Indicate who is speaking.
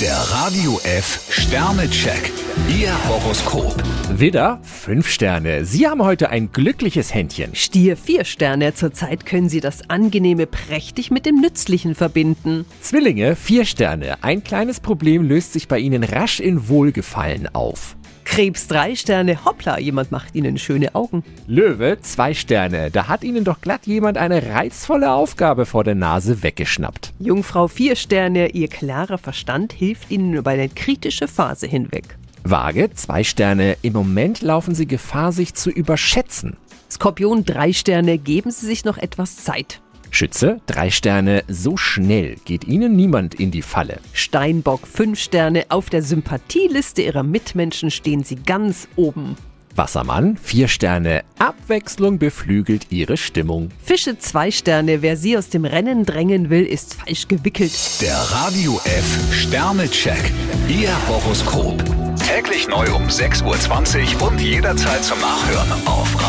Speaker 1: Der Radio F Sternecheck. Ihr Horoskop.
Speaker 2: Widder, 5 Sterne. Sie haben heute ein glückliches Händchen.
Speaker 3: Stier vier Sterne. Zurzeit können Sie das Angenehme prächtig mit dem Nützlichen verbinden.
Speaker 2: Zwillinge, 4 Sterne. Ein kleines Problem löst sich bei Ihnen rasch in Wohlgefallen auf.
Speaker 3: Krebs drei Sterne. Hoppla, jemand macht Ihnen schöne Augen.
Speaker 2: Löwe, 2 Sterne. Da hat Ihnen doch glatt jemand eine reizvolle Aufgabe vor der Nase weggeschnappt.
Speaker 3: Jungfrau vier Sterne. Ihr klarer Verstand hilft Ihnen über eine kritische Phase hinweg.
Speaker 2: Waage, 2 Sterne. Im Moment laufen Sie Gefahr, sich zu überschätzen.
Speaker 3: Skorpion drei Sterne. Geben Sie sich noch etwas Zeit.
Speaker 2: Schütze, 3 Sterne. So schnell geht Ihnen niemand in die Falle.
Speaker 3: Steinbock fünf Sterne. Auf der Sympathieliste Ihrer Mitmenschen stehen Sie ganz oben.
Speaker 2: Wassermann, 4 Sterne. Abwechslung beflügelt Ihre Stimmung.
Speaker 3: Fische zwei Sterne. Wer Sie aus dem Rennen drängen will, ist falsch gewickelt.
Speaker 1: Der Radio F Sternecheck. Ihr Horoskop. Täglich neu um 6.20 Uhr und jederzeit zum Nachhören auf E.